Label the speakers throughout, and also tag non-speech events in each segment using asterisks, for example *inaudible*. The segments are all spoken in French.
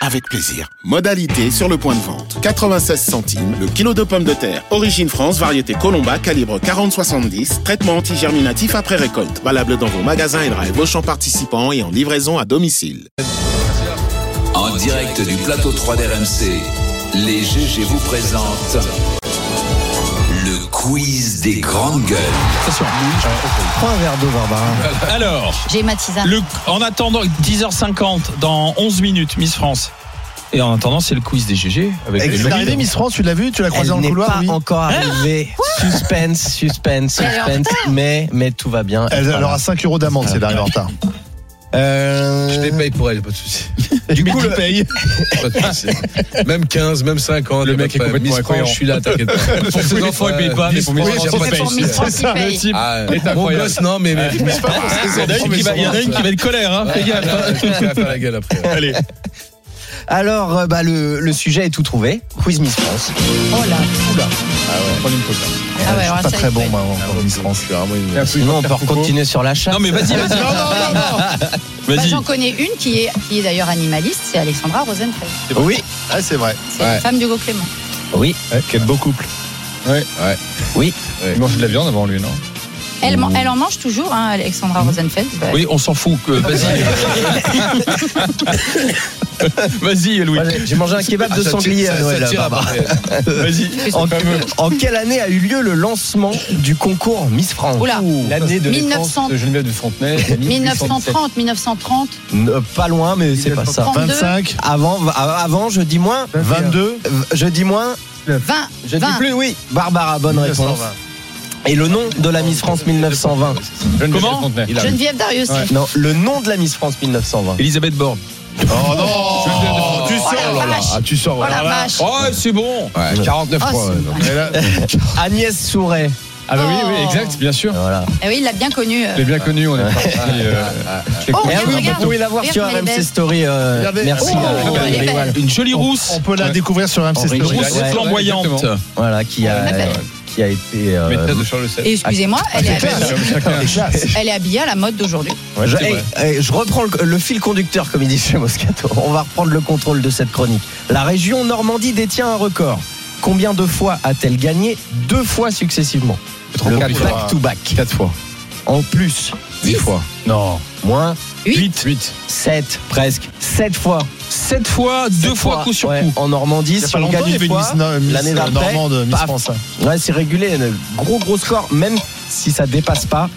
Speaker 1: avec plaisir. Modalité sur le point de vente. 96 centimes le kilo de pommes de terre. Origine France, variété Colomba, calibre 40-70. Traitement antigerminatif après récolte. Valable dans vos magasins et drive Auchan participants et en livraison à domicile.
Speaker 2: En direct du plateau 3 d'RMC, les GG vous présentent le quiz des grandes gueules.
Speaker 3: Attention.
Speaker 4: Prends un verre d'eau, Barbara.
Speaker 3: Alors,
Speaker 5: J'ai ma tisane.
Speaker 3: le- en attendant 10h50 dans 11 minutes, Miss France. Et en attendant, c'est le quiz des GG avec
Speaker 4: Elle
Speaker 3: les
Speaker 4: est
Speaker 3: Lobby.
Speaker 4: arrivée, Miss France, tu l'as vue, tu l'as croisée
Speaker 6: Elle
Speaker 4: dans le
Speaker 6: n'est
Speaker 4: couloir.
Speaker 6: pas
Speaker 4: oui.
Speaker 6: encore arrivée. Suspense, suspense,
Speaker 5: Elle est en
Speaker 6: suspense. Mais, mais tout va bien.
Speaker 4: Elle,
Speaker 6: est pas
Speaker 4: elle
Speaker 6: là.
Speaker 4: aura 5 euros d'amende, c'est d'arriver en retard.
Speaker 7: Je
Speaker 4: Euh,
Speaker 7: les paye pour elle, pas de souci. Du coup, le... paye. Pas de souci. Même 15, même 50.
Speaker 3: Le mec est complètement incohérent.
Speaker 7: Je suis là, t'inquiète pas.
Speaker 3: Pour ses enfants, il paye pas, mais pour Miss
Speaker 7: Oui,
Speaker 3: France,
Speaker 7: pour
Speaker 3: il
Speaker 7: ses
Speaker 3: paye.
Speaker 5: enfants, Miss France, il
Speaker 3: ça,
Speaker 5: paye.
Speaker 3: le type.
Speaker 7: Ah,
Speaker 3: Il est
Speaker 7: Mon
Speaker 3: incroyable.
Speaker 7: gosse, non, mais. mais- mais-
Speaker 3: Il y en a une qui va- il y en a une qui va être colère, hein, fais gaffe.
Speaker 7: Ah, Je vais faire la gueule après.
Speaker 3: Allez.
Speaker 6: Alors, euh, bah, le, le sujet est tout trouvé. Quiz Miss France.
Speaker 5: Oh là. Ah ouais,
Speaker 4: je
Speaker 5: alors
Speaker 4: suis pas
Speaker 5: ça,
Speaker 4: très
Speaker 5: il
Speaker 4: bon,
Speaker 5: faut-
Speaker 4: moi, en Miss France.
Speaker 6: Sinon, on peut continuer sur la chasse.
Speaker 3: Non, mais vas-y, vas-y.
Speaker 5: Bah,
Speaker 3: Vas-y.
Speaker 5: J'en connais une qui est, qui est d'ailleurs animaliste, c'est Alexandra Rosenfeld.
Speaker 4: Oui, ah, c'est vrai.
Speaker 5: C'est
Speaker 7: Ouais.
Speaker 5: la femme d'Hugo Clément.
Speaker 6: Oui.
Speaker 4: Quel beau couple.
Speaker 7: Ouais.
Speaker 8: Il mange de la viande avant lui, non
Speaker 5: Elle, man- elle en mange toujours, hein, Alexandra Rosenfeld. Bah,
Speaker 3: Oui, on s'en fout. que- *laughs* Vas-y. Vas-y, Louis.
Speaker 6: Moi, j'ai- J'ai mangé un kebab de
Speaker 7: Ah, ça
Speaker 6: sanglier
Speaker 7: tire-
Speaker 6: à
Speaker 7: ça-
Speaker 6: Noël.
Speaker 7: ça tire à
Speaker 6: Barbara.
Speaker 7: part.
Speaker 3: Vas-y.
Speaker 6: En, en quelle année a eu lieu le lancement du concours Miss France
Speaker 5: Oula.
Speaker 8: *laughs* L'année de
Speaker 5: 1900.
Speaker 8: naissance de Geneviève de Fontenay.
Speaker 5: 1930, 1930.
Speaker 6: Euh, Pas loin, mais c'est pas ça.
Speaker 5: 32.
Speaker 4: 25,
Speaker 6: Avant, avant, je dis moins.
Speaker 4: 22,
Speaker 6: Euh, Je dis moins.
Speaker 5: 20,
Speaker 6: Je dis
Speaker 5: 20.
Speaker 6: plus, oui. Barbara, bonne réponse. Et le nom de la Miss France 1920
Speaker 7: Geneviève
Speaker 3: Comment
Speaker 7: de Fontenay. Il a-
Speaker 5: Geneviève Darius.
Speaker 6: Non, le nom de la Miss France 1920.
Speaker 3: Elisabeth Borne.
Speaker 4: Oh non Tu
Speaker 5: Oh la
Speaker 4: sors là
Speaker 5: vache.
Speaker 4: Ah, tu sors,
Speaker 5: Oh la
Speaker 4: voilà.
Speaker 5: vache.
Speaker 3: Oh, c'est bon.
Speaker 7: Ouais, 49
Speaker 5: Oh,
Speaker 7: fois.
Speaker 5: c'est
Speaker 7: ouais.
Speaker 5: vrai.
Speaker 4: Et là,
Speaker 6: Agnès Souret.
Speaker 8: Ah bah oui, oui,
Speaker 5: Oh.
Speaker 8: exact, bien sûr.
Speaker 6: Voilà.
Speaker 5: Eh oui, il l'a bien connue. euh.
Speaker 8: Je l'ai bien connu, on est parti. *laughs* euh, je l'ai
Speaker 5: Oh,
Speaker 6: Eh
Speaker 8: connu
Speaker 5: regarde,
Speaker 8: sur un
Speaker 6: oui,
Speaker 5: regarde.
Speaker 6: vous pouvez la voir sur
Speaker 5: Regarde, elle est
Speaker 6: RMC
Speaker 5: belle.
Speaker 6: Story. euh,
Speaker 4: Regardez.
Speaker 6: merci.
Speaker 5: Oh,
Speaker 6: euh,
Speaker 5: elle est
Speaker 6: Valérie
Speaker 5: belle.
Speaker 6: Wall.
Speaker 3: Une jolie rousse.
Speaker 4: on peut la
Speaker 8: Ouais.
Speaker 4: découvrir sur MC
Speaker 6: Henri
Speaker 4: Story.
Speaker 3: Rousse
Speaker 6: Ouais,
Speaker 3: flamboyante.
Speaker 8: exactement.
Speaker 6: Voilà, qui
Speaker 5: Elle est
Speaker 6: a,
Speaker 5: belle.
Speaker 6: qui a été. euh,
Speaker 8: Maîtresse de Charles VII.
Speaker 5: Et excusez-moi, elle, est
Speaker 4: classe.
Speaker 5: habillée-
Speaker 6: *laughs*
Speaker 8: Comme chacun.
Speaker 5: elle est habillée à la mode d'aujourd'hui.
Speaker 6: Ouais, je,
Speaker 8: c'est
Speaker 6: hey,
Speaker 8: vrai.
Speaker 6: hey, je reprends le, le fil conducteur, comme il dit chez Moscato. On va reprendre le contrôle de cette chronique. La région Normandie détient un record. Combien de fois a-t-elle gagné Deux fois successivement. Le
Speaker 4: compliqué.
Speaker 6: back-to-back.
Speaker 7: 4 fois.
Speaker 6: En plus,
Speaker 7: 10 fois.
Speaker 6: non, moins,
Speaker 5: 8.
Speaker 7: 8.
Speaker 6: 7, presque, 7 fois.
Speaker 3: 7 fois, 2
Speaker 6: Sept
Speaker 3: fois coup sur
Speaker 6: ouais,
Speaker 3: coup.
Speaker 6: En Normandie,
Speaker 4: Il y a
Speaker 6: si
Speaker 4: pas
Speaker 6: on
Speaker 4: longtemps,
Speaker 6: gagne
Speaker 4: il y avait
Speaker 6: une
Speaker 4: une
Speaker 6: fois,
Speaker 4: Miss, no- Miss
Speaker 6: l'année d'après,
Speaker 4: Normande, Miss
Speaker 6: paf.
Speaker 4: France.
Speaker 6: ouais, c'est régulé, un gros gros score, même si ça dépasse pas.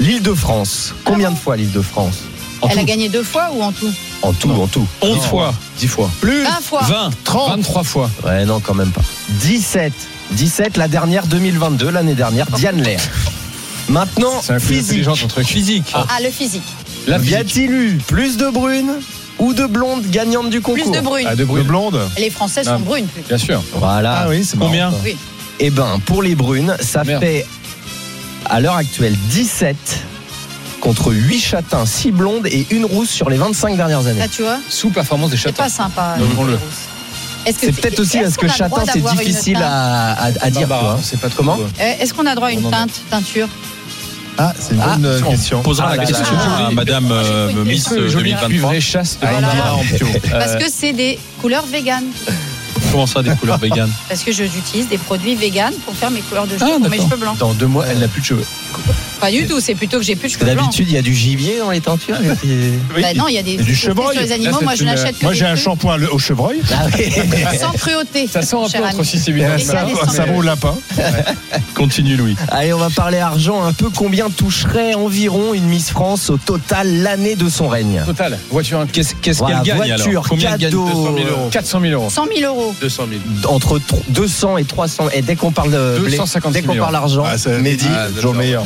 Speaker 6: L'île de France, combien de fois l'île de France En
Speaker 5: Elle a
Speaker 6: tout.
Speaker 5: gagné deux fois ou en tout
Speaker 6: En tout, en tout. Ah.
Speaker 3: 11 fois,
Speaker 7: 10 fois.
Speaker 4: Plus
Speaker 5: 20 fois.
Speaker 3: 20.
Speaker 4: 30
Speaker 8: 23 fois.
Speaker 6: Ouais, non, quand même pas. 17. 17, la dernière 2022, l'année dernière, Diane Lair. Maintenant,
Speaker 8: C'est un coup
Speaker 6: physique.
Speaker 8: intelligent ton truc.
Speaker 3: Physique.
Speaker 5: Ah, le physique.
Speaker 8: La
Speaker 6: Y
Speaker 8: physique.
Speaker 6: a-t-il eu plus de brunes ou de blondes gagnantes du
Speaker 5: Plus
Speaker 6: concours
Speaker 5: de brunes.
Speaker 8: Ah, de
Speaker 4: de
Speaker 8: bruit.
Speaker 4: blonde.
Speaker 5: Les Français sont
Speaker 8: Non.
Speaker 5: brunes plus.
Speaker 8: Bien sûr.
Speaker 6: Voilà.
Speaker 4: Ah oui, c'est marrant.
Speaker 3: Combien
Speaker 5: Oui.
Speaker 6: Eh ben, pour les brunes, ça
Speaker 8: Merde.
Speaker 6: fait à l'heure actuelle 17 contre 8 châtains, 6 blondes et une rousse sur les 25 dernières années.
Speaker 5: Là, tu vois,
Speaker 8: Sous-performance des
Speaker 5: c'est
Speaker 8: châtains.
Speaker 5: pas sympa. hein.
Speaker 8: Nommons-le.
Speaker 5: Est-ce que-
Speaker 6: C'est peut-être aussi
Speaker 5: est-ce
Speaker 6: parce que
Speaker 5: qu'on a le
Speaker 6: châtain,
Speaker 5: droit
Speaker 6: c'est
Speaker 5: d'avoir une
Speaker 6: difficile
Speaker 5: teinte
Speaker 6: à, à- à dire.
Speaker 8: Barbara,
Speaker 6: quoi.
Speaker 8: c'est pas trop.
Speaker 6: Comment
Speaker 8: euh,
Speaker 5: Euh, Est-ce qu'on a droit à une teinte, teinture
Speaker 4: Ah, c'est une
Speaker 6: Ah,
Speaker 4: bonne euh, question.
Speaker 3: On posera la
Speaker 6: Ah là
Speaker 3: question
Speaker 5: là.
Speaker 3: à Madame euh,
Speaker 5: Est-ce que
Speaker 3: Miss
Speaker 8: Est-ce que Jolie
Speaker 3: 2023.
Speaker 8: suivrait chasse de
Speaker 5: Ah,
Speaker 8: Barbara
Speaker 5: voilà.
Speaker 8: Rampio
Speaker 5: Parce
Speaker 8: Euh,
Speaker 5: que c'est des couleurs véganes.
Speaker 3: Comment ça,
Speaker 5: *laughs*
Speaker 3: des couleurs véganes
Speaker 5: Parce que je- j'utilise des produits véganes pour faire mes couleurs de cheveux, pour mes
Speaker 3: d'accord.
Speaker 5: cheveux blancs.
Speaker 8: Dans deux mois, elle n'a plus de cheveux.
Speaker 5: Pas du tout, c'est plutôt que j'ai plus de cheveux blancs.
Speaker 6: D'habitude, il y a du gibier dans les teintures. et puis-
Speaker 5: Bah non, il y a des
Speaker 8: du
Speaker 5: des
Speaker 8: chevreuil.
Speaker 5: sur les
Speaker 8: Là,
Speaker 5: animaux.
Speaker 8: c'est
Speaker 5: moi, je
Speaker 8: une-
Speaker 3: euh,
Speaker 5: n'achète que
Speaker 4: Moi,
Speaker 5: des
Speaker 4: j'ai un
Speaker 5: trucs
Speaker 4: shampoing le- au chevreuil.
Speaker 3: Bah,
Speaker 6: Ah oui.
Speaker 5: sans cruauté.
Speaker 8: Ça sent un
Speaker 5: cher
Speaker 8: peu entre
Speaker 5: ami.
Speaker 8: 6 et 8
Speaker 5: Et ça descend.
Speaker 4: Ça vaut au lapin.
Speaker 3: Continue, Louis.
Speaker 6: Allez, on va parler argent un peu. Combien toucherait environ une Miss France au total l'année de son règne
Speaker 8: Total, voiture incluse.
Speaker 3: Qu'est-ce qu'est-ce
Speaker 6: Voilà,
Speaker 3: qu'elle gagne
Speaker 6: voiture,
Speaker 3: alors Combien elle gagne
Speaker 6: cadeau,
Speaker 3: 200 000 euros
Speaker 8: 400 000 euros.
Speaker 5: 100 000 euros.
Speaker 7: 200 000.
Speaker 6: Entre tr- 200 et 300. Et dès qu'on parle de blé,
Speaker 8: 256
Speaker 6: dès qu'on
Speaker 8: 000
Speaker 6: parle argent,
Speaker 4: Ah, c'est
Speaker 6: Mehdi,
Speaker 7: Ah,
Speaker 4: toujours le meilleur.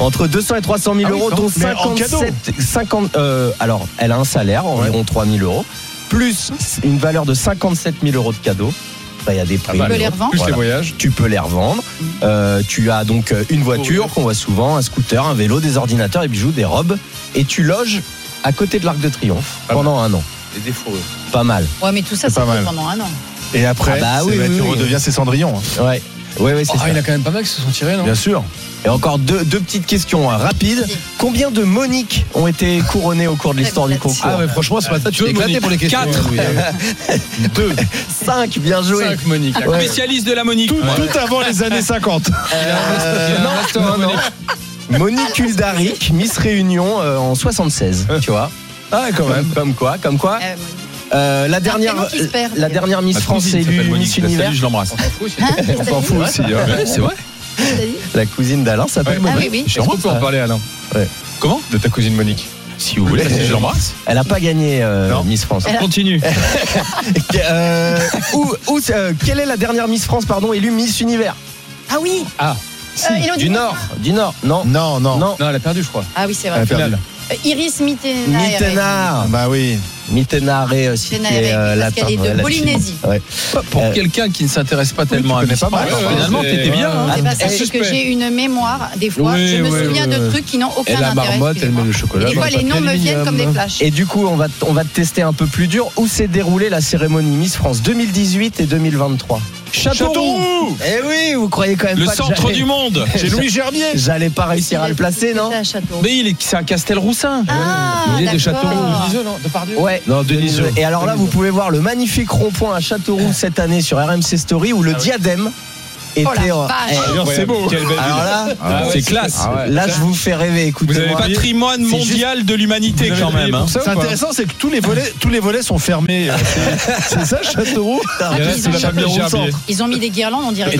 Speaker 6: Entre 200 et 300 000
Speaker 4: Ah oui,
Speaker 6: euros,
Speaker 4: quand
Speaker 6: dont
Speaker 4: même. Mais en cadeau.
Speaker 6: 57, 50, euh, alors elle a un salaire, environ 3 000 euros, plus une valeur de 57 000 euros de cadeaux. Enfin, Il y a des prix.
Speaker 8: bah, Tu
Speaker 5: peux les revendre.
Speaker 8: Plus les
Speaker 6: Voilà.
Speaker 8: voyages.
Speaker 6: Tu peux les revendre. Euh, tu as donc euh, une voiture qu'on voit souvent, un scooter, un vélo, des ordinateurs, des bijoux, des robes. Et tu loges à côté de l'Arc de Triomphe
Speaker 8: Pas
Speaker 6: pendant un an.
Speaker 7: Les défauts.
Speaker 6: Pas mal.
Speaker 5: Ouais, mais tout ça,
Speaker 4: C'est
Speaker 5: ça
Speaker 4: pas
Speaker 5: fait
Speaker 4: mal.
Speaker 5: pendant un an.
Speaker 4: Et après,
Speaker 6: Ah bah
Speaker 4: c'est-
Speaker 6: oui,
Speaker 4: bah,
Speaker 6: oui,
Speaker 4: tu
Speaker 6: oui.
Speaker 4: redeviens ses cendrillons.
Speaker 6: Ouais. Ouais, ouais, c'est
Speaker 8: Oh,
Speaker 6: ça.
Speaker 8: il y en a quand même pas mal qui se sont tirés, non
Speaker 4: Bien sûr.
Speaker 6: Et encore deux, deux petites questions hein, rapides.
Speaker 5: Vas-y.
Speaker 6: Combien de Monique ont été couronnées au cours de l'histoire du concours
Speaker 8: Ah ouais, franchement, ce matin, tu
Speaker 7: Deux
Speaker 8: t'es éclaté
Speaker 7: Monique.
Speaker 8: pour les questions.
Speaker 3: Quatre.
Speaker 8: Oui, oui.
Speaker 6: Deux. Cinq, bien joué.
Speaker 8: Cinq, *laughs* Monique.
Speaker 6: Ouais.
Speaker 3: Spécialiste de la Monique.
Speaker 4: Tout, tout avant les années 50.
Speaker 6: Euh,
Speaker 8: Il y a un
Speaker 6: non,
Speaker 8: restaurant,
Speaker 6: non, non. Monique Uldaric, Miss Réunion euh, en 76, tu vois. Ah, quand même. Comme quoi, comme quoi.
Speaker 5: Euh,
Speaker 6: Euh, la
Speaker 5: prénom
Speaker 6: dernière,
Speaker 5: qui se perd.
Speaker 6: la dernière Miss France élue Miss Univers,
Speaker 3: je l'embrasse.
Speaker 5: hein, qu'est-ce que
Speaker 8: On s'en
Speaker 5: t'as
Speaker 8: fout
Speaker 5: dit
Speaker 8: aussi.
Speaker 3: Ouais, c'est vrai.
Speaker 5: T'as dit
Speaker 6: la cousine d'Alain s'appelle
Speaker 8: Ouais.
Speaker 5: Ah
Speaker 6: Monique.
Speaker 5: oui, oui.
Speaker 8: Je crois qu'on peut en parler, Alain.
Speaker 6: Ouais.
Speaker 3: Comment
Speaker 8: De ta cousine Monique.
Speaker 3: Si vous voulez, je l'embrasse.
Speaker 6: Elle n'a pas gagné euh,
Speaker 4: Non.
Speaker 6: Miss France.
Speaker 3: *laughs* Continue.
Speaker 6: Euh, où, où- euh, quelle est la dernière Miss France pardon élue Miss Univers
Speaker 5: Ah oui
Speaker 6: Si,
Speaker 5: Euh, Elodie
Speaker 6: Du Nord, du Nord. Non,
Speaker 4: Non, non.
Speaker 6: non.
Speaker 8: Non, elle a perdu, je crois.
Speaker 5: Ah oui, c'est
Speaker 4: Elle
Speaker 5: vrai.
Speaker 4: a perdu.
Speaker 5: Euh, Iris Mittenard.
Speaker 6: Mittenard,
Speaker 4: Bah oui.
Speaker 6: Mittenard est euh, si
Speaker 5: Mittenard,
Speaker 6: tu es, euh,
Speaker 5: parce
Speaker 6: latin,
Speaker 5: qu'elle est de
Speaker 6: ouais, là-dessus.
Speaker 5: Polynésie.
Speaker 6: Ouais.
Speaker 3: Pour
Speaker 6: Euh,
Speaker 3: quelqu'un qui ne s'intéresse pas tellement à
Speaker 4: connais
Speaker 3: Miss
Speaker 4: pas mal,
Speaker 3: France,
Speaker 4: ouais,
Speaker 3: finalement,
Speaker 8: c'est-
Speaker 3: t'étais bien. hein.
Speaker 5: Ah, bah, ça,
Speaker 8: Elle-
Speaker 5: c'est que
Speaker 8: suspect.
Speaker 5: j'ai une mémoire, des fois,
Speaker 8: Oui,
Speaker 5: je me
Speaker 8: oui,
Speaker 5: souviens
Speaker 8: oui,
Speaker 5: de
Speaker 8: oui.
Speaker 5: trucs qui n'ont aucun
Speaker 8: Elle
Speaker 5: intérêt.
Speaker 8: a marmotte, elle
Speaker 5: excusez-moi.
Speaker 8: met le
Speaker 5: Et
Speaker 8: chocolat.
Speaker 5: des fois, les noms me viennent comme des flashs.
Speaker 6: Et du coup, on va, on va te tester un peu plus dur. Où s'est déroulée la cérémonie Miss France 2018 et 2023
Speaker 3: Châteauroux
Speaker 6: Eh oui, vous croyez quand même
Speaker 3: Le
Speaker 6: pas que
Speaker 3: centre
Speaker 6: j'allais-
Speaker 3: du monde
Speaker 4: C'est Louis Gerbier.
Speaker 6: J'allais pas réussir à le placer, non
Speaker 5: C'était à Châteauroux.
Speaker 3: Mais il est, c'est un Castelroussin.
Speaker 5: Ah,
Speaker 8: Il est de
Speaker 5: d'accord.
Speaker 8: Châteauroux. Disons, non, de Pardieu.
Speaker 6: Ouais.
Speaker 8: Non, Denisot.
Speaker 6: Et alors là, vous pouvez voir le magnifique rond-point à Châteauroux
Speaker 3: Ah.
Speaker 6: cette année sur RMC Story où le diadème était.
Speaker 5: Oh la
Speaker 6: en-
Speaker 5: vache.
Speaker 6: Eh,
Speaker 8: Alors,
Speaker 3: c'est beau.
Speaker 8: Quelle belle
Speaker 6: Alors là,
Speaker 3: Ah ouais, c'est classe.
Speaker 6: là, je vous fais rêver.
Speaker 8: Vous avez
Speaker 6: Écoutez-moi.
Speaker 8: pas-
Speaker 3: Patrimoine
Speaker 8: C'est
Speaker 3: mondial de l'humanité quand même. hein.
Speaker 4: C'est intéressant, c'est que tous les volets, tous les volets sont fermés. C'est- C'est ça, Châteauroux
Speaker 8: Il y en a,
Speaker 5: Ils
Speaker 8: c'est
Speaker 5: ont-
Speaker 8: la famille
Speaker 5: Ah, ils ont-
Speaker 8: Gerbier.
Speaker 5: Ils ont mis des guirlandes, on dirait.